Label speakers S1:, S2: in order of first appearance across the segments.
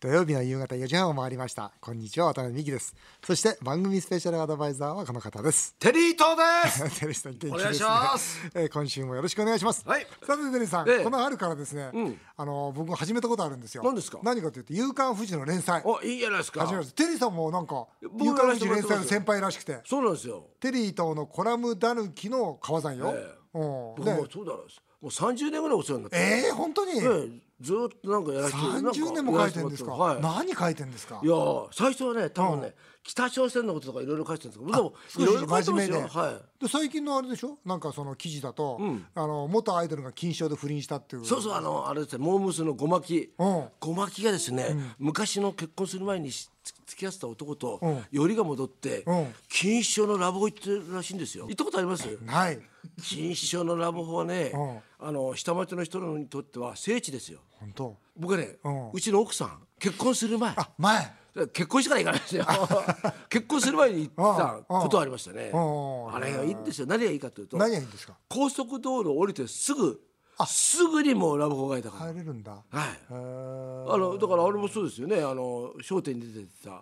S1: 土曜日の夕方4時半を回りましたこんにちは渡辺美希ですそして番組スペシャルアドバイザーはこの方です
S2: テリー東 です。
S1: テレさん元気です、ね、
S2: お願いします、
S1: えー今週もよろしくお願いします、
S2: はい
S1: さてテレさん、
S2: ええ
S1: この春からですね、あの僕も始めたことあるんですよ
S2: 何ですか
S1: 何かというと「夕刊富士」の連載
S2: あ、いいじゃないですか
S1: 始。めますテリーさんもなんか「
S2: 僕
S1: 夕刊富士」連
S2: やらせても
S1: 載
S2: らってます
S1: の
S2: よ
S1: 先輩らしくて
S2: そうなんですよ。
S1: テリーとのコラムだぬきの川さんよ、
S2: ええ
S1: うん
S2: 僕
S1: で
S2: もそうだろうです。もう三十年ぐらいお世話になって。
S1: ええ本当に、
S2: ええずーっとなんかやらせて。なんか
S1: 30年も書いてるんですか、
S2: はい。い
S1: 何書いてるんですか
S2: やー、最初はね、多分ね、北朝鮮のこととかいろいろ書いてたんですけど、でも
S1: 少し
S2: いろいろ書いて
S1: 真
S2: ま
S1: 面
S2: す
S1: 目
S2: よ。
S1: で,、
S2: はい。
S1: で最近のあれでしょなんかその記事だと、あの元アイドルが金賞で不倫したっていう
S2: そうそうあのあれですねモームスのごまき
S1: うん
S2: ごまきがですね、昔の結婚する前にしつ付き合ってた男と
S1: ん
S2: よりが戻って
S1: うん
S2: 錦糸町のラブホ行ってるらしいんですよ行ったことあります
S1: はい
S2: 錦糸町のラブホはね、あの下町の人にとっては聖地ですよ
S1: 本当
S2: 僕ね、
S1: う
S2: うんちの奥さん結婚する前
S1: あ前
S2: 結婚してから行かない ですよ結婚する前に行ってたことはありましたね
S1: うんうん
S2: あれがいいんですよ何がいいかというと
S1: 何がいいんですか
S2: 高速道路を降りてすぐすぐにもうラブホがいたから、
S1: 帰れるんだ
S2: はい
S1: へー
S2: あのだからあれもそうですよね。あの商店に出てた
S1: ん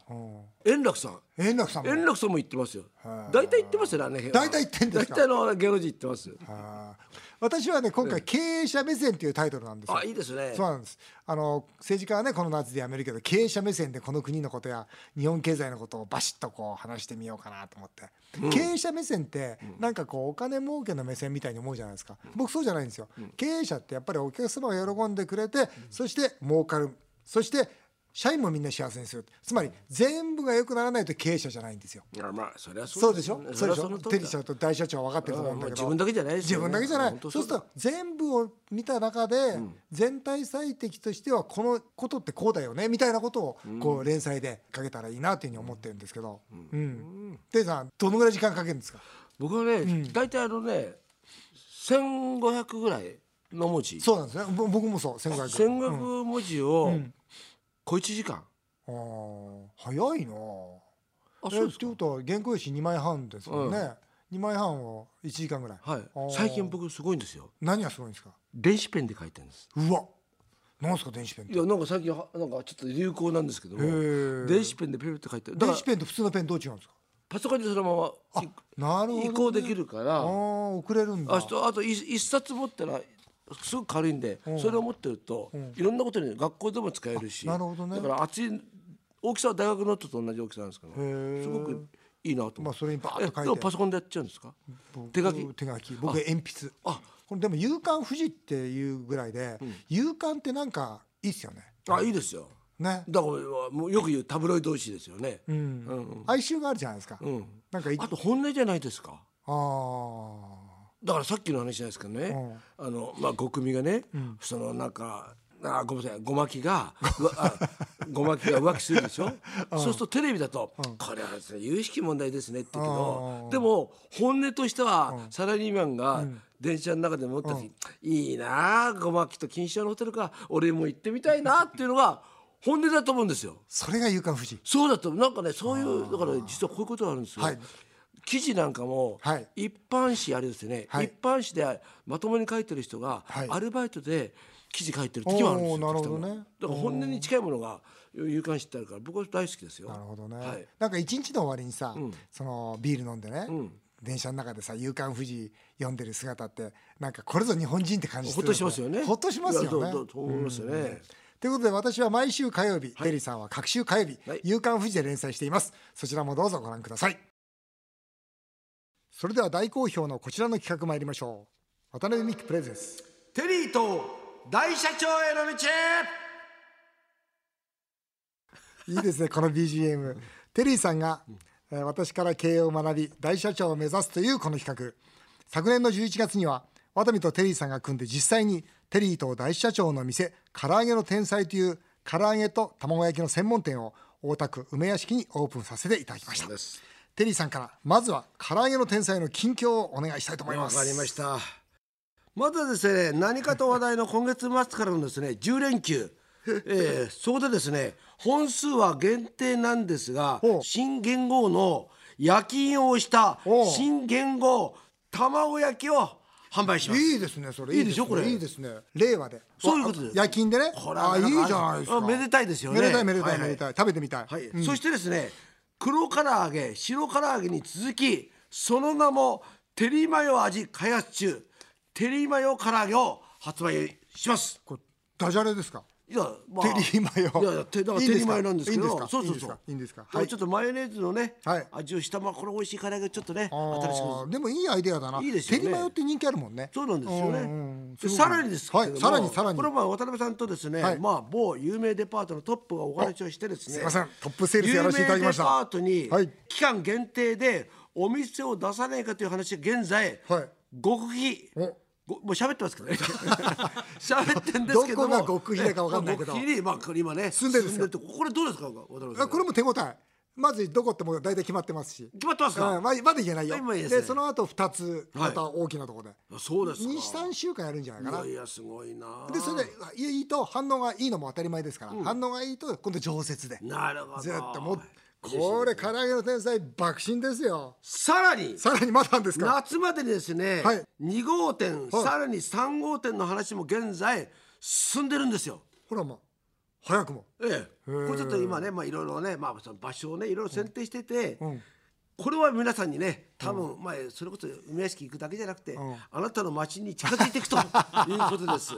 S2: 円楽さん。
S1: 円楽さんも
S2: 円楽さんも言ってますよ。大体言ってますよねあの辺は。
S1: 大体言ってんですか
S2: 大体あの芸能人言ってます。
S1: あー私はね今回経営者目線というタイトルなんですよ
S2: あいいですね
S1: そ。うなんですあの政治家はねこの夏で辞めるけど経営者目線でこの国のことや日本経済のことをバシッとこう話してみようかなと思って、経営者目線ってなんかこうお金儲けの目線みたいに思うじゃないですか僕そうじゃないんですよ、経営者ってやっぱりお客様が喜んでくれて、そして儲かるそして社員もみんな幸せにするつまり全部が良くならないと経営者じゃないんですよ
S2: いやまあそれは
S1: そうで
S2: で
S1: し
S2: すよ
S1: ょそ
S2: ね
S1: うでし
S2: それはそ
S1: ょ
S2: の通
S1: テリ
S2: りだ
S1: ー社と大社長は分かってると思うんだけど
S2: うんもう自分だけじゃないです
S1: 自
S2: よね
S1: 分だけじゃないそ
S2: 本当
S1: う
S2: そう
S1: すると全部を見た中で全体最適としてはこのことってこうだよねみたいなことをこう連載でかけたらいいなというふうに思ってるんですけどうんテリーさんどのぐらい時間かけるんですか
S2: 僕はね大体あのね千五百ぐらいの文字。
S1: そうなんですねぼ僕もそう1500
S2: 千五百文字を小一時間。
S1: あー早いな
S2: あ
S1: えってことは原稿用紙2枚半ですもんね2枚半を1時間ぐらい
S2: はい
S1: あー。
S2: 最近僕すごいんですよ。
S1: 何がすごいんですか
S2: 電子ペンで書いてるんです。
S1: うわなんですか電子ペンって
S2: いやなんか最近はなんかちょっと流行なんですけど
S1: へ
S2: も
S1: ー
S2: 電子ペンでペペって書いてだか
S1: 電
S2: ら
S1: 子ペンと普通のペンどう違うんですか
S2: パソコンにそのままい
S1: なるほど、ね、
S2: 移行できるから
S1: ああ遅れるんだ
S2: あとあとい一冊持ったらすごく軽いんでそれを持ってるといろんなことに学校でも使えるし
S1: あなるほどね
S2: だから厚い大きさは大学ノートと同じ大きさなんですけど
S1: ー
S2: すごくいいなと思
S1: まあ
S2: って
S1: それにバー
S2: え
S1: ッと書いて
S2: でもパソコンでやっちゃうんですか
S1: 僕
S2: 手書き
S1: 手書き僕鉛筆
S2: あ
S1: これでも「夕刊富士」っていうぐらいで、夕刊ってなんかいいっすよね
S2: あいいですよ
S1: ね、
S2: だからもうよく言うタブロイド紙ですよね
S1: うん
S2: うん
S1: 哀愁があるじゃないですか、
S2: うん
S1: なんかい
S2: あと本音じゃないですか
S1: ああ
S2: だからさっきの話じゃないですけどね、あのまあご組がね、そのなんかあごめんなさいごまきがうわあごまきが浮気するでしょ、 そうするとテレビだと、これはですね有識問題ですねって言うけど、でも本音としては、サラリーマンが電車の中でもった時、いいなあごまきと錦糸町のホテルか俺も行ってみたいなっていうのが本音だと思うんですよ。
S1: それが「夕刊富士
S2: そうだとなんかねそういうだから実はこういうことがあるんですよ。
S1: はい
S2: 記事なんかも、
S1: はい
S2: 一般紙あれですよね、
S1: はい
S2: 一般紙でまともに書いてる人が、
S1: はい
S2: アルバイトで記事書いてる時もあるんですよ。
S1: おーなるほど
S2: 時たま
S1: ね
S2: だから本音に近いものが有刊紙ってあるから僕は大好きです」よ。
S1: なるほどね、
S2: はい
S1: なんか一日の終わりにさ、そのビール飲んでね、電車の中でさ「夕刊富士」読んでる姿ってなんかこれぞ日本人って感じ
S2: ほっとしますよね。
S1: ほっとしますよね
S2: いやそうそう思いますよね。
S1: ということで私は毎週火曜日、テリーさんは各週火曜日
S2: はい
S1: 「夕刊富士」で連載していますそちらもどうぞご覧くださいそれでは大好評のこちらの企画参りましょう渡辺美樹プレゼンス
S2: テリーと大社長への道。
S1: いいですねこの BGM テリーさんが、えー私から経営を学び大社長を目指すというこの企画昨年の11月にはワタミとテリーさんが組んで実際にテリーと大社長の店唐揚げの天才という唐揚げと卵焼きの専門店を大田区梅屋敷にオープンさせていただきました
S2: です。
S1: テリーさんからまずは唐揚げの天才の近況をお願いしたいと思い
S2: わ
S1: ます
S2: かりました。まだですね、何かと話題の今月末からのですね、10連 休。えー、そこでですね、本数は限定なんですが
S1: ほ、う
S2: 新元号の焼き印をした
S1: ほう
S2: 新元号卵焼きを販売します
S1: いいですねそれ
S2: いいでしょこれ
S1: いいですね令和で
S2: そういうことです
S1: あ夜勤でね
S2: これは
S1: あいい
S2: な
S1: じ
S2: かなか
S1: ゃないですか
S2: あめでたいですよね
S1: めでたいめでた
S2: はい
S1: い
S2: はい
S1: めでたい食べてみたい
S2: はい
S1: うん
S2: そしてですね黒唐揚げ白唐揚げに続きその名もテリマヨ味開発中テリマヨ唐揚げを発売します
S1: これダジャレですか
S2: いや、まあ、
S1: テリーマヨ
S2: いやいやてだから
S1: いいん
S2: テ
S1: ですか
S2: リーマヨなんですけ
S1: い
S2: ど
S1: いんですか
S2: そうそう
S1: いいんです
S2: そう
S1: かいいんですか
S2: だら
S1: はい
S2: ちょっとマヨネーズのね、
S1: はい
S2: 味をしたまあこれ美味しい唐揚げをちょっとね
S1: あ
S2: 新し
S1: ー
S2: く
S1: でもいいアイデアだない
S2: いですよね
S1: テリマヨって人気あるもんね
S2: そうなんですよね、
S1: うんうんうん
S2: です
S1: ごく
S2: さらにですけれども、
S1: はいさらにさらに
S2: これはまあ渡辺さんとですね、
S1: はい
S2: まあ某有名デパートのトップがお話をしてですね
S1: すいませんトップセールスやらせていただきました
S2: 有名デパートに、
S1: はい
S2: 期間限定でお店を出さないかという話が現在、
S1: はい
S2: 極秘
S1: お
S2: ごもう喋ってますけどね 喋ってんですけ
S1: ど
S2: ども
S1: こが極秘だかわかんないけど
S2: まあ極秘にまあこれ今ね
S1: 進んでるんですよ
S2: てこれどうですか渡辺さ
S1: あ
S2: ん
S1: これも手応えまずどこってもう大体決まってますし
S2: 決まってますか、
S1: うんまあまだ言えないよ
S2: 今言えないですね
S1: その後二つ
S2: はい
S1: また大きなところで
S2: あそうですか
S1: 二三週間やるんじゃないかない
S2: やいやすごいな
S1: でそれでいやいいと反応がいいのも当たり前ですから、反応がいいと今度常設で
S2: なるほど
S1: ずっともうこれ唐揚げの天才爆心ですよ
S2: さらに
S1: さらにまだなんですか
S2: 夏までにですね、
S1: はい
S2: 2号
S1: は
S2: 店、
S1: い
S2: さらに3号店の話も現在進んでるんですよ。
S1: ほらもう早くも
S2: ええ、これちょっと今ねまあいろいろね、まあ、その場所をねいろいろ選定してて、
S1: ん
S2: これは皆さんにね多分、まあ、それこそ梅屋敷行くだけじゃなくて、あなたの町に近づいていくということです。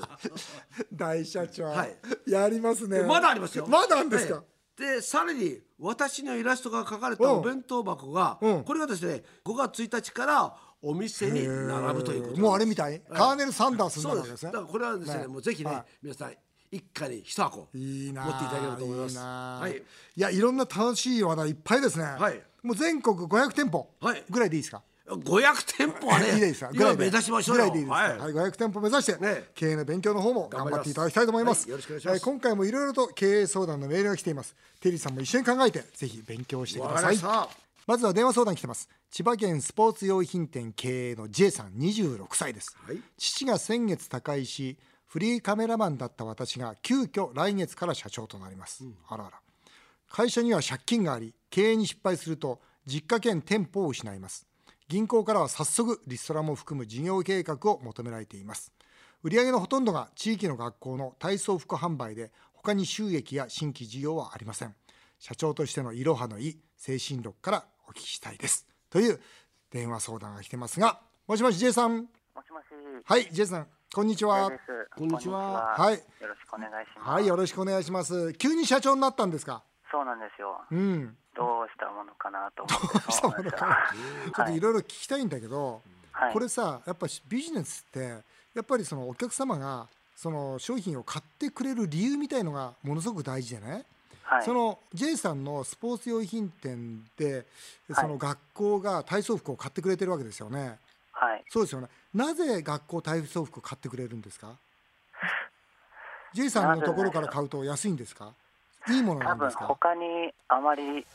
S1: 大社長、
S2: はい
S1: やりますね
S2: でまだありますよ。
S1: まだあるんですか、
S2: ええでさらに私のイラストが書かれたお弁当箱が、
S1: うん
S2: これがですね5月1日からお店に並ぶということなんです
S1: もうあれみたい、カーネル・サンダースになる
S2: そう
S1: わけ
S2: で。
S1: ですすね
S2: だからこれはですね、
S1: ね
S2: もうぜひね、
S1: は
S2: 皆さん一家に一箱
S1: いいなあ
S2: 持っていただければと思います。
S1: いなあ
S2: はいい。
S1: やいろんな楽しい話題いっぱいですね、
S2: はい
S1: もう全国500店舗
S2: はい
S1: ぐらいでいいですか、
S2: 500店舗はね、
S1: いいですかぐら
S2: 今
S1: いで
S2: 目指しましょう
S1: ぐ
S2: よ。
S1: らいでいいですか、はい
S2: はい
S1: 500店舗目指して、
S2: ね
S1: 経営の勉強の方も頑張っていただきたいと思います
S2: 頑張りますはいよろしくお願いします
S1: えー今回もいろいろと経営相談のメールが来ていますテリーさんも一緒に考えてぜひ勉強してく
S2: わ
S1: だ
S2: かり
S1: さ
S2: ま
S1: い
S2: した。
S1: まずは電話相談来てます千葉県スポーツ用品店経営の J さん26歳です、
S2: はい
S1: 父が先月他界しフリーカメラマンだった私が急遽来月から社長となります、あらあら会社には借金があり経営に失敗すると実家兼店舗を失います銀行からは早速リストラも含む事業計画を求められています売上のほとんどが地域の学校の体操服販売で他に収益や新規事業はありません社長としてのいろはのい精神力からお聞きしたいですという電話相談が来てますがもしもし J さん
S3: もしもし。
S1: はい J さんこんにちは
S3: です。
S2: こんにちは
S1: はい
S3: よろしくお願いします。
S1: はいよろしくお願いします急に社長になったんですか
S3: そうなんですよ。
S1: うん
S3: どうしたものかなと思って。ど
S1: したものかちょっといろいろ聞きたいんだけど、
S3: はい。
S1: これさやっぱしビジネスってやっぱりそのお客様がその商品を買ってくれる理由みたいのがものすごく大事でね、
S3: はい。
S1: その J さんのスポーツ用品店で
S3: は
S1: そ
S3: い
S1: の学校が体操服を買ってくれてるわけですよね、
S3: はい。
S1: そうですよねなぜ学校体操服を買ってくれるんですか J さんのところから買うと安いんですかいいものな
S3: 多
S1: んで
S3: 分
S1: すか
S3: 他にあまり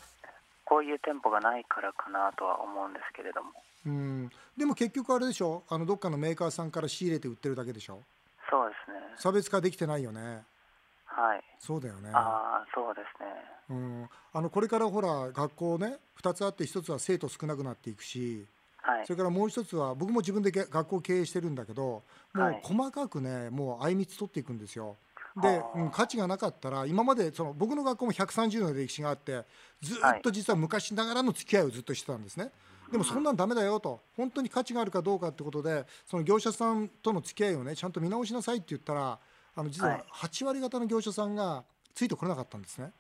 S3: こういう店舗がないからかなとは思うんですけれども。
S1: うんでも結局あれでしょあのどっかのメーカーさんから仕入れて売ってるだけでしょ
S3: そうですね。
S1: 差別化できてないよね
S3: はい。
S1: そうだよね
S3: ああ、そうですね。
S1: うん、あのこれからほら学校ね2つあって1つは生徒少なくなっていくし
S3: はい
S1: そ。れからもう1つは僕も自分でげ学校経営してるんだけども
S3: は
S1: う
S3: い
S1: 細かくねもうあいみつ取っていくんですよ。で
S3: あ、ー
S1: うん、価値がなかったら今までその僕の学校も130年の歴史があってずーっと実は昔ながらの付き合いをずっとしてたんですね。でもそんなんダメだよと本当に価値があるかどうかってことでその業者さんとの付き合いをねちゃんと見直しなさいって言ったらあの実
S3: は
S1: はい8割方の業者さんがついてこれなかったんですね。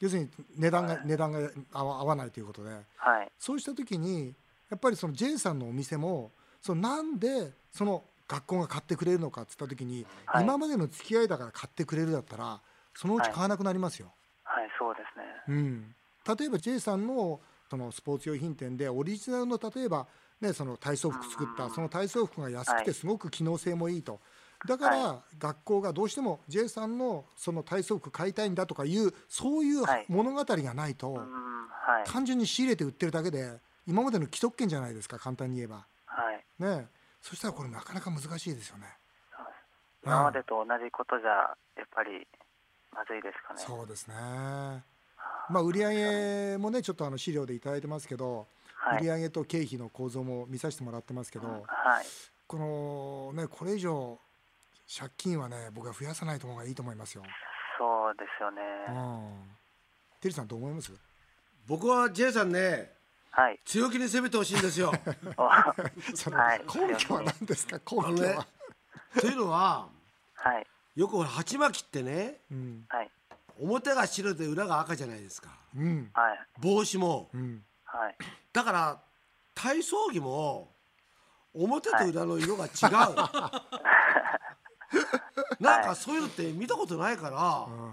S1: 要するに値段が、
S3: はい
S1: 値段が合わ合わないということで。
S3: はい。
S1: そうした時にやっぱりその J さんのお店もそのなんでその学校が買ってくれるのかっつった時に、
S3: はい
S1: 今までの付き合いだから買ってくれるだったらそのうち買わなくなりますよ。
S3: はい。そうですね。
S1: うん、例えば J さんのそのスポーツ用品店でオリジナルの例えば、ね、その体操服作ったその体操服が安く
S3: は
S1: て
S3: い
S1: すごく機能性もいいと。だから
S3: は
S1: 学校がどうしても J さんのその体操服買いたいんだとかいうそういう
S3: はい
S1: 物語がないと、
S3: うん。はい。
S1: 単純に仕入れて売ってるだけで今までの既得権じゃないですか簡単に言えば
S3: はい。
S1: ねえそしたらこれなかなか難しいですよね
S3: そうです
S1: うん
S3: 今までと同じことじゃやっぱりまずいですかね。
S1: そうですねまあ売上もねちょっとあの資料で頂いただいてますけど、
S3: はい。
S1: 売上と経費の構造も見させてもらってますけど、
S3: はい。
S1: このねこれ以上借金はね僕は増やさない方がいいと思いますよ。
S3: そうですよね。
S1: うん。てるさんどう思います？
S2: 僕は J さんね
S3: はい。
S2: 強気に攻めてほしいんですよ
S3: お
S1: その
S3: はい
S1: 根拠は何ですか根拠
S2: あのね
S1: は。
S2: というのは
S3: はい。
S2: よくほら鉢巻きってね
S1: うん
S3: はい。
S2: 表が白で裏が赤じゃないですか
S1: うん
S3: はい。
S2: 帽子も
S1: うん
S3: はい。
S2: だから体操着も表と裏の色が違う、なんかそういうのって見たことないから、
S1: うん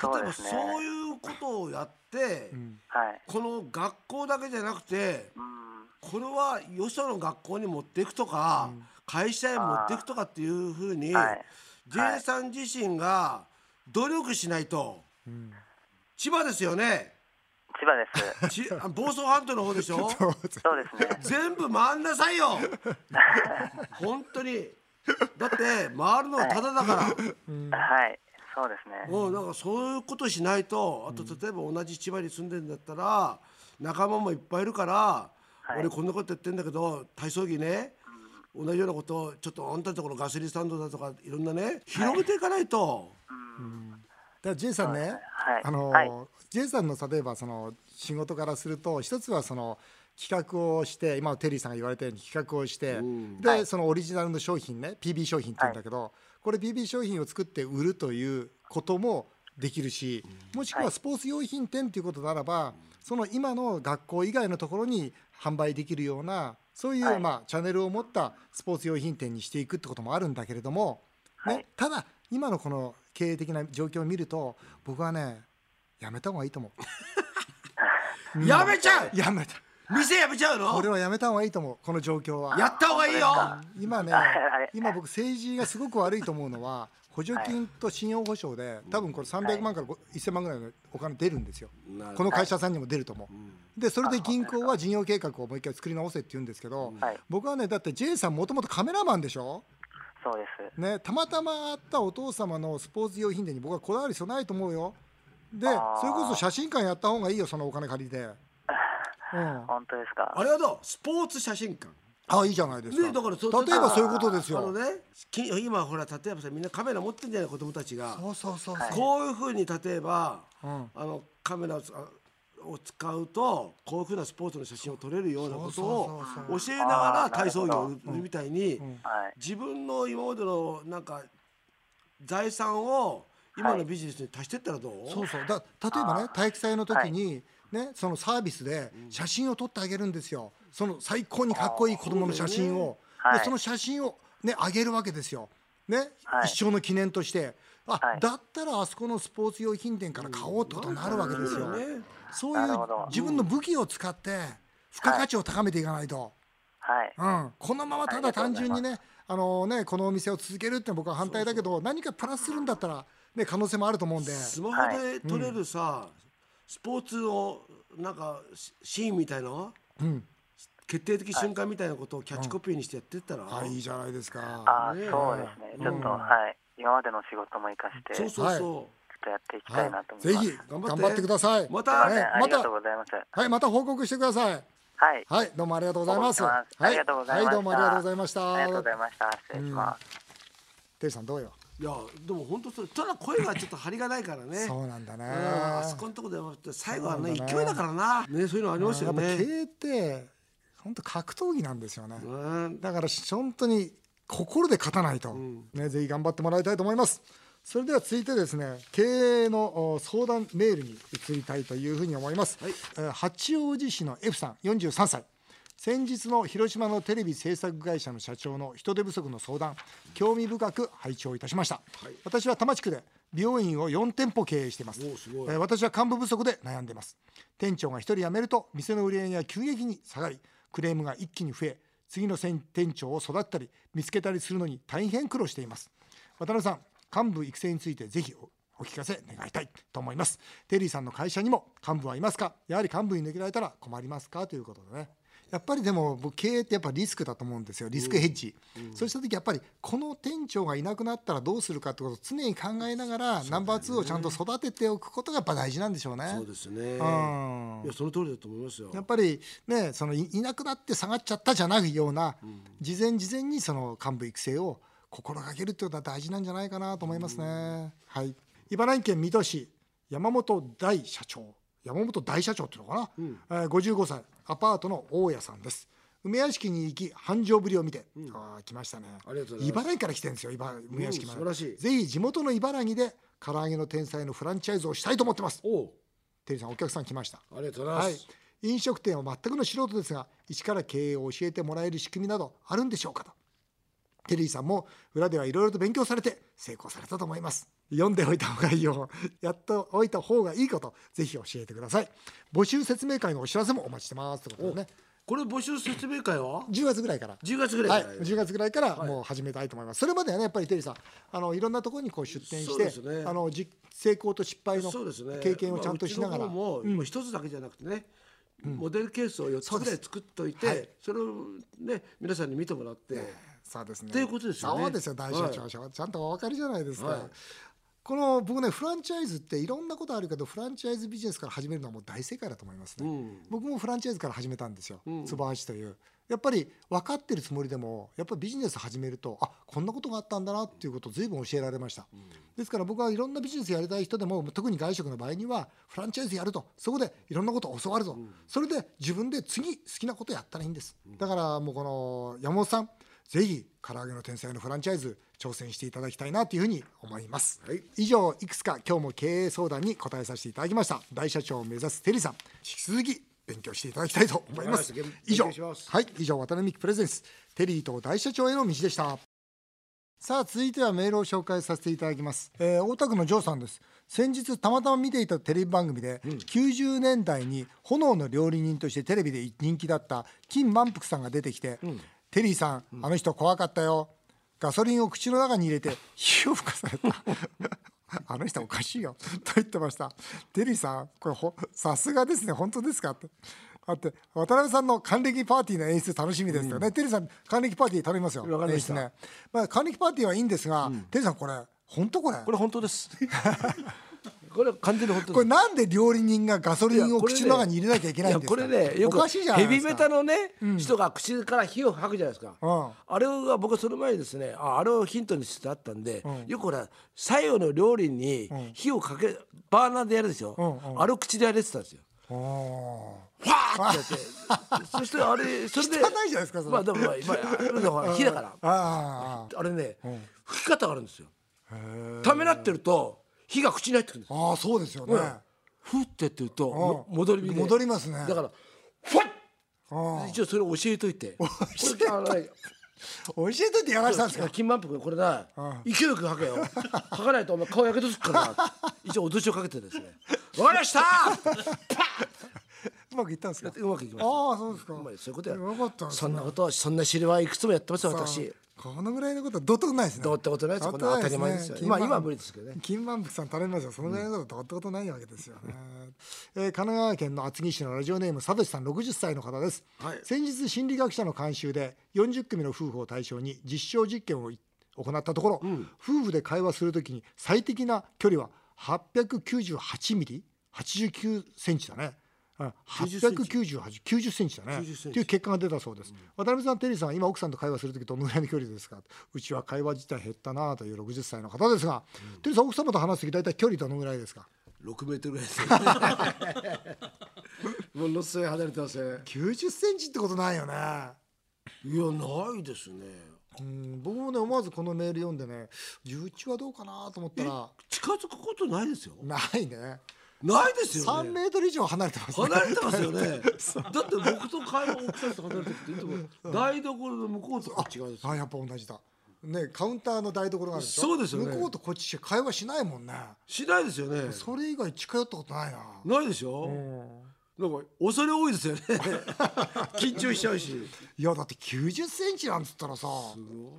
S3: そう
S2: 例え
S3: で
S2: ば
S3: すね。
S2: そういうことをやって、
S1: うん
S3: はい。
S2: この学校だけじゃなくて
S3: うん。
S2: これはよその学校に持っていくとか、
S1: うん
S2: 会社へ持っていくとかっていうふうに、
S3: はい。
S2: J さん自身が努力しないと
S1: うん。
S2: 千葉ですよね
S3: 千葉です。
S2: ちあ房総半島の方でしょ
S1: そう です
S3: そうですね。
S2: 全部回んなさいよ本当にだって回るのはただだから、
S1: うん
S3: はい。そうですね。
S2: もうなんかそういうことしないとあと例えば同じ千葉に住んでるんだったら仲間もいっぱいいるから、
S3: はい
S2: 俺こんなことやってんだけど体操着ね同じようなことをちょっとあんたのところガソリンスタンドだとかいろんなね広げていかないと、
S1: うんだから J さんね、
S3: はい
S1: あの、
S3: はい
S1: J さんの例えばその仕事からすると一つはその企画をして今テリーさんが言われたように企画をして、
S2: ん
S1: で、
S3: はい
S1: そのオリジナルの商品ね PB 商品って言うんだけど、これ PB 商品を作って売るということもできるし、もしく
S3: は
S1: はいスポーツ用品店ということならば、その今の学校以外のところに販売できるようなそういう、
S3: はい
S1: まあ、チャンネルを持ったスポーツ用品店にしていくってこともあるんだけれども、
S3: は
S1: ね
S3: い、
S1: ただ今のこの経営的な状況を見ると僕はねやめた方がいいと思う
S2: やめちゃう
S1: やめた
S2: 店やめちゃうの
S1: 俺はやめた方がいいと思うこの状況は
S2: やった方がいいよ
S1: 今 ね
S3: あれ
S1: 今僕政治がすごく悪いと思うのは補助金と信用保証で多分これ300万から1000万ぐらいのお金出るんですよ
S2: なる
S1: こ
S2: ほど
S1: の会社さんにも出ると思うでそれで銀行は事業計画をもう一回作り直せって言うんですけど
S3: はい
S1: 僕はねだって J さんもともとカメラマンでしょ
S3: そうです。
S1: ね、たまたまあったお父様のスポーツ用品店に僕はこだわる必要ないと思うよで
S3: あー
S1: それこそ写真館やった方がいいよそのお金 借りて、うん、あ
S3: 本当ですか。
S2: あれはどうスポーツ写真館
S1: いいじゃないですか
S2: ね、だからそう
S1: 例えばそういうことです
S2: あの
S1: よ、
S2: ね、き今ほら例えばさみんなカメラ持ってんじゃない子供たちが、
S1: そうそうそうそう、
S2: こういうふうに例えば、
S1: うん
S2: あのカメラをつあを使うとこういうふうなスポーツの写真を撮れるようなことを
S1: そうそうそう
S2: 教えながら
S3: あーな
S2: 体
S3: る
S2: 操
S3: ほど
S2: 着を売るみたいに、
S1: ん
S3: はい。
S2: 自分の今までのなんか財産を今のビジネスに足してったらどう、
S1: そうそうだ例えばね体育祭の時に、ね、そのサービスで写真を撮ってあげるんですよその最高にかっこいい子供の写真を
S3: あーそうだよねは
S1: で
S3: い
S1: その写真を、ね、あげるわけですよ、ね
S3: はい
S1: 一生の記念としてあ、
S3: はい
S1: だったらあそこのスポーツ用品店から買おうってことになるわけですよ、
S2: ね
S1: そうい
S3: な
S1: う
S3: るほど
S1: 自分の武器を使って付加価値を高めていかないと、
S3: はい。
S1: うん、このままただ単純にねあのねこのお店を続けるって僕は反対だけど何かプラスするんだったら、ね、可能性もあると思うんで。
S2: スマホで撮れるさ、スポーツのなんかシシーンみたいな、
S1: ん
S2: 決定的瞬間みたいなことをキャッチコピーにしてやってったら、
S1: あいいじゃないですか。
S3: あー、そうですね。ちょっと、
S1: うん
S3: はい。今までの仕事も生かして、ち
S2: そう
S3: ょ
S2: そ
S3: っ
S2: うそ
S3: とやっていきたいな
S1: は
S3: と思
S1: い、
S3: いま
S1: ぜ
S3: す。
S1: ひ頑
S2: 頑張って
S1: 張ってください。
S2: また
S1: ね
S2: ひ
S3: はいあ
S1: ま
S3: りが
S1: た
S3: とうございます。
S1: はいまた報告してください。
S3: はい。
S1: はいどうもありがとうございます。
S3: 報告します
S1: は
S3: ありがとうございまし
S1: は
S3: た
S1: いどうもありがとうございまし
S3: ありがとうござ
S1: た。
S3: いました。失礼します。
S1: てるさんどうよ。
S2: ういやでも本当そうただ声がちょっと張りがないからね
S1: そうなんだね
S2: うん。あそこのとこでは最後はね
S1: そうなんだね
S2: 勢いだからなねそういうのあります
S1: や
S2: よ
S1: っぱ経
S2: ね
S1: 営って本当格闘技なんですよね。
S2: うん
S1: だから本当に心で勝たないと、ね、ぜひ頑張ってもらいたいと思います。それでは続いてですね経営のお相談メールに移りたいというふうに思います、えー八王子市の F さん43歳先日の広島のテレビ制作会社の社長の人手不足の相談興味深く拝聴いたしました、私は多摩地区で美容院を4店舗経営しています
S2: おーすごい
S1: えー私は幹部不足で悩んでいます店長が1人辞めると店の売り上げが急激に下がりクレームが一気に増え次の先店長を育ったり見つけたりするのに大変苦労しています渡辺さん幹部育成についてぜひおお聞かせ願いたいと思いますテリーさんの会社にも幹部はいますかやはり幹部に抜けられたら困りますかということでねやっぱりでも僕経営ってやっぱリスクだと思うんですよリスクヘッジ、そうした時やっぱりこの店長がいなくなったらどうするかってことを常に考えながら、ナンバー2をちゃんと育てておくことがやっぱ大事なんでしょうね。
S2: そうですね。い
S1: ん
S2: やその通りだと思いますよ。
S1: やっぱりねそのいいなくなって下がっちゃったじゃないような、事前事前にその幹部育成を心がけるってことは大事なんじゃないかなと思いますね。はい、茨城県水戸市山本大社長山本大社長っていうのかな、えー55歳アパートの大家さんです。梅屋敷に行き繁盛ぶりを見て、ああ来ましたね
S2: ありがとうございます
S1: 茨城から来てるんですよ茨梅屋敷まで、
S2: うん素晴らしい
S1: ぜひ地元の茨城で唐揚げの天才のフランチャイズをしたいと思ってます
S2: おう
S1: 店員さんお客さん来ました
S2: ありがとうございま
S1: はい
S2: す。、
S1: 飲食店は全くの素人ですが一から経営を教えてもらえる仕組みなどあるんでしょうかとテリーさんも裏ではいろいろと勉強されて成功されたと思います読んでおいた方がいいよ やっとおいた方がいいことぜひ教えてください募集説明会のお知らせもお待ちしてますってことでね
S2: これ募集説明会は
S1: 10月ぐらいから
S2: 10月ぐら
S1: はいい
S2: じゃな
S1: 10
S2: い、
S1: 月ぐらいからもう始めたいと思います、それまではねやっぱりテリーさんあのいろんなところにこう出店し
S2: そうで
S1: て
S2: す、ね
S1: あのじ成功と失敗の
S2: そうですね。
S1: 経験をちゃんとしながら、
S2: まあうちの方ももう一つだけじゃなくてね、モデルケースを4つぐらい作っといて、そ,、
S1: はい
S2: れをね皆さんに見てもらって、
S1: そうですね。
S2: っていうことですよね
S1: そうですよ、大社長、ちゃんとお分かりじゃないですか。この僕ねフランチャイズっていろんなことあるけどフランチャイズビジネスから始めるのはもう大正解だと思いますね、僕もフランチャイズから始めたんですよつばはしというやっぱり分かってるつもりでもやっぱりビジネス始めるとあこんなことがあったんだなっていうことを随分教えられました、ですから僕はいろんなビジネスやりたい人でも特に外食の場合にはフランチャイズやるとそこでいろんなことを教わると、それで自分で次好きなことやったらいいんですだからもうこの山本さんぜひ唐揚げの天才のフランチャイズ挑戦していただきたいなというふうに思います、
S2: はい
S1: 以上いくつか今日も経営相談に答えさせていただきました大社長を目指すテリーさん引き続き勉強していただきたいと思います
S2: わかりました
S1: 以上
S2: 勉強します
S1: はい以上渡辺美希プレゼンステリーと大社長への道でしたさあ続いてはメールを紹介させていただきます、えー大田区のジョーさんです先日たまたま見ていたテレビ番組で、90年代に炎の料理人としてテレビで人気だった金満腹さんが出てきて、テリーさん、あの人怖かったよガソリンを口の中に入れて火を吹かされた あの人おかしいよと言ってましたテリーさんこれほさすがですね本当ですかってあって渡辺さんの還暦パーティーの演出楽しみですよね、テリーさん還暦パーティー頼みますよ
S2: わかりました
S1: 演出ねまあ、還暦パーティーはいいんですが、テリーさんこれ本当これこ
S2: こ
S1: れ
S2: れ本当です。 これは完全に本当です。
S1: なんで料理人がガソリンを
S2: これね
S1: 口の中に入れなきゃいけないんですか
S2: やこれねよ
S1: お
S2: く
S1: かしいじゃない
S2: ヘビ
S1: ですか
S2: メタのね、人が口から火を吐くじゃないですか、
S1: うん
S2: あれは僕はその前にですねああれをヒントにしてあったんで、よくほら最後の料理に火をかけ、バーナーでやるでしょ、あれを口でやれてたんですよ。
S1: お
S2: ファーってやってそして あれそれ
S1: 汚い
S2: で
S1: じゃないですかそれ
S2: まあでもまあ今あれだから火だから
S1: ーあ
S2: あれね、吹き方があるんですよためらってると火が口に入ってくるんです
S1: ーあーそうですよね、
S2: ふってやってるとも戻り火で
S1: 戻りますね
S2: だからファッ
S1: あ
S2: 一応それ教えといて。これあのね
S1: 教えといてやらせたんですか
S2: 金満腹これな、勢いよく吐 けよ。吐かないとお前顔やけどすっからな。一応脅しをかけてですね。わかりました。
S1: うまくいったんですか
S2: うまくいきました。
S1: ああそうですか
S2: お前そういうことや。
S1: よかったです
S2: そんなことはそんな知りはいくつもやってますよ私。
S1: このぐらいのことはどうってことないですね
S2: どうってことないですよ。こんな当たり前ですよ。
S1: 金
S2: 今
S1: 満
S2: 今は無理ですけどね。
S1: 金満腹さん頼みますよそのぐらいのことはどうってことないわけですよね、えー神奈川県の厚木市のラジオネーム佐藤さん60歳の方です、
S2: はい
S1: 先日心理学者の監修で40組の夫婦を対象に実証実験をい行ったところ、夫婦で会話するときに最適な距離は898ミリ89センチだねうん898 90センチだね
S2: 90センチ
S1: という結果が出たそうです、渡辺さんテリーさんは今奥さんと会話する時どのぐらいの距離ですかうちは会話自体減ったなという60歳の方ですが、テリーさん奥様と話す時大体距離どのぐらいですか
S2: 六メートルぐらいですよ。 ものすごい離れてますね。
S1: 90センチってことないよね
S2: いやないですね。
S1: うん僕もね思わずこのメール読んでね11はどうかなと思ったら
S2: 近づくことないですよ。
S1: ないね
S2: ないですよ
S1: 3
S2: ね。
S1: メートル以上離れてますね
S2: 離れてますよね。だって僕と会話を奥さんと離れてるって言っても台所の向こうとこっち側ですよ。
S1: あやっぱ同じだねカウンターの台所があるでしょ
S2: そうですよね
S1: 向こうとこっちしか会話しないもんね
S2: しないですよね。
S1: それ以外近寄ったことないな
S2: ないでしょ。なんか恐れ多いですよね。 緊張しちゃうし。
S1: いやだって9 0センチなんつったらさ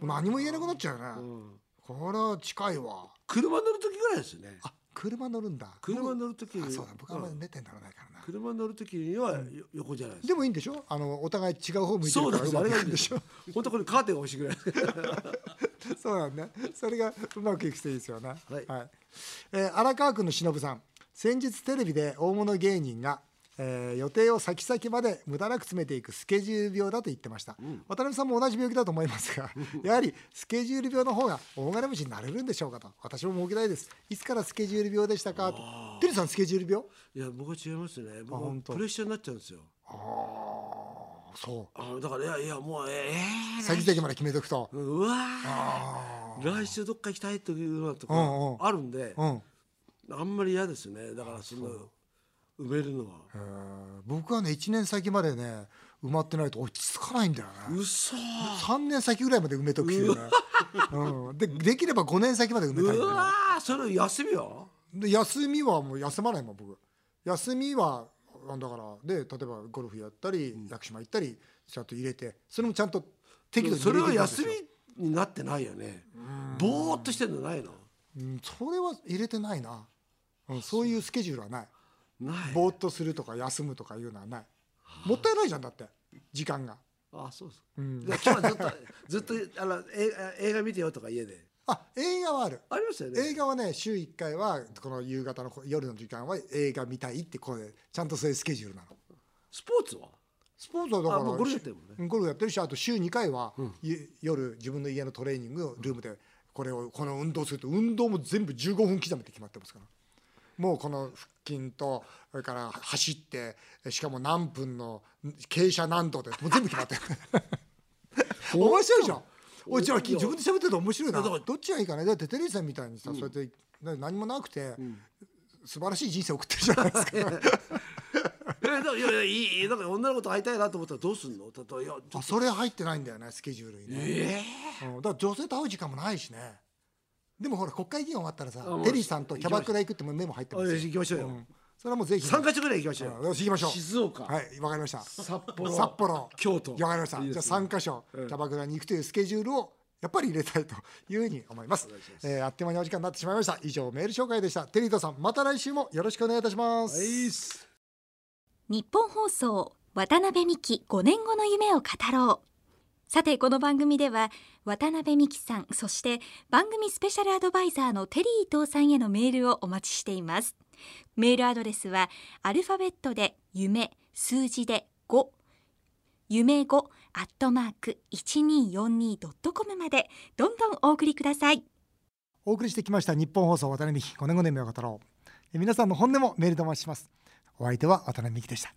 S1: 何も言えなくなっちゃうよね、これは近いわ
S2: 車乗る時ぐらいですよね。
S1: あ車乗るんだ
S2: 車乗る時
S1: あそうだ僕はあんまり
S2: うん
S1: 寝てんだろうないからな、
S2: 車乗る時にはよ横じゃないです
S1: でもいいんでしょあのお互い違う方向いて
S2: そ
S1: る
S2: う
S1: から
S2: なん
S1: ま
S2: ですあ
S1: くい
S2: れ
S1: く
S2: がいい
S1: ん
S2: ん
S1: で
S2: で
S1: し
S2: す
S1: ょ
S2: よ本当これカーテンが欲しい ぐらい
S1: そうなんだ。それがうまくいくといいですよね。は。
S2: はいい
S1: えー荒川区の忍さん。先日テレビで大物芸人が、えー予定を先々まで無駄なく詰めていくスケジュール病だと言ってました、渡辺さんも同じ病気だと思います がやはりスケジュール病の方が大金持ちになれるんでしょうかと私も儲けたいですいつからスケジュール病でしたかとテリーさんスケジュール病
S2: いや僕は違いますね僕
S1: あ
S2: は
S1: 本当
S2: プレッシャーになっちゃうんですよ
S1: ああそ
S2: あだからいやいやもうえ
S1: う
S2: え
S1: 先々まで決めとくと、
S2: うわー来週どっか行きたいというようなとこ
S1: うん
S2: あるんで
S1: うん
S2: あんまり嫌ですねだからその埋めるのは
S1: えー僕はね1年先までね埋まってないと落ち着かないんだよね
S2: 嘘
S1: 3年先ぐらいまで埋めとくっていうね、うん、でできれば5年先まで埋めたいん
S2: う
S1: だよね
S2: わーそれ休みは
S1: で休みはもう休まないもん僕休みはあだからで例えばゴルフやったり、屋久島行ったりちゃんと入れてそれもちゃんと適度に
S2: そ
S1: 入
S2: れ
S1: れて
S2: は
S1: きたんです
S2: 休
S1: よ
S2: みになってないよねぼーっとしてんのないの
S1: うんそれは入れてないな、うん、そういうスケジュールはない
S2: ない
S1: ぼーっとするとか休むとかいうのはないもったいないじゃんだって時間が
S2: あそうです
S1: ん
S2: じゃあ今日はずっと ずっとあの映映画見てよとか家で
S1: あ映画はある
S2: ありましたよね
S1: 映画はね週1回はこの夕方の夜の時間は映画見たいってこうでちゃんとそういうスケジュールなの
S2: スポーツは
S1: スポーツはだから
S2: あもうゴルフやってるもんね
S1: うんゴルフやってるしあと週2回は、ゆ夜自分の家のトレーニングをルームでこれをこの運動すると運動も全部15分刻めて決まってますからもうこの腹筋とそれから走ってしかも何分の傾斜何度でもう全部決ま ってる面白いじゃんおいじゃあき自分で喋ってると面白いな
S2: だから
S1: どっちがいいかねだってテリーさんみたいにさ、そうやってな何もなくて、素晴らしい人生送ってるじゃない ですか
S2: いやだからいやいやいいいいだから女の子と会いたいなと思ったらどうすんのたといやちょ
S1: あそれ入ってないんだよねスケジュールにね
S2: え
S1: うん、だから女性と会う時間もないしねでもほら国会議員終わったらさ
S2: もう
S1: テリーさんとキャバクラ行くってもメモ入って
S2: え
S1: ますよ
S2: 行きましょうよ、
S1: それはもうぜひ
S2: 三3か所ぐらい行きましょう
S1: うん
S2: よ、
S1: よし行きましょう
S2: 静岡、
S1: はいわかりました札
S2: 札幌
S1: 幌
S2: 京都
S1: わかりました
S2: いい
S1: じゃ
S2: で
S1: あ
S2: すね
S1: 3か所、キャバクラに行くというスケジュールをやっぱり入れたいというふうに思いますえーあっという間にお時間になってしまいました以上メール紹介でしたテリーとさんまた来週もよろしくお願いいたします、
S2: はいっす
S4: 日本放送渡辺美希5年後の夢を語ろうさてこの番組では渡辺美希さんそして番組スペシャルアドバイザーのテリー伊藤さんへのメールをお待ちしていますメールアドレスはアルファベットで夢数字で5夢5アットマーク 1242.com までどんどんお送りください
S1: お送りしてきました日本放送渡辺美希5年5年目を語ろうえ皆さんの本音もメールでお待ちしますお相手は渡辺美希でした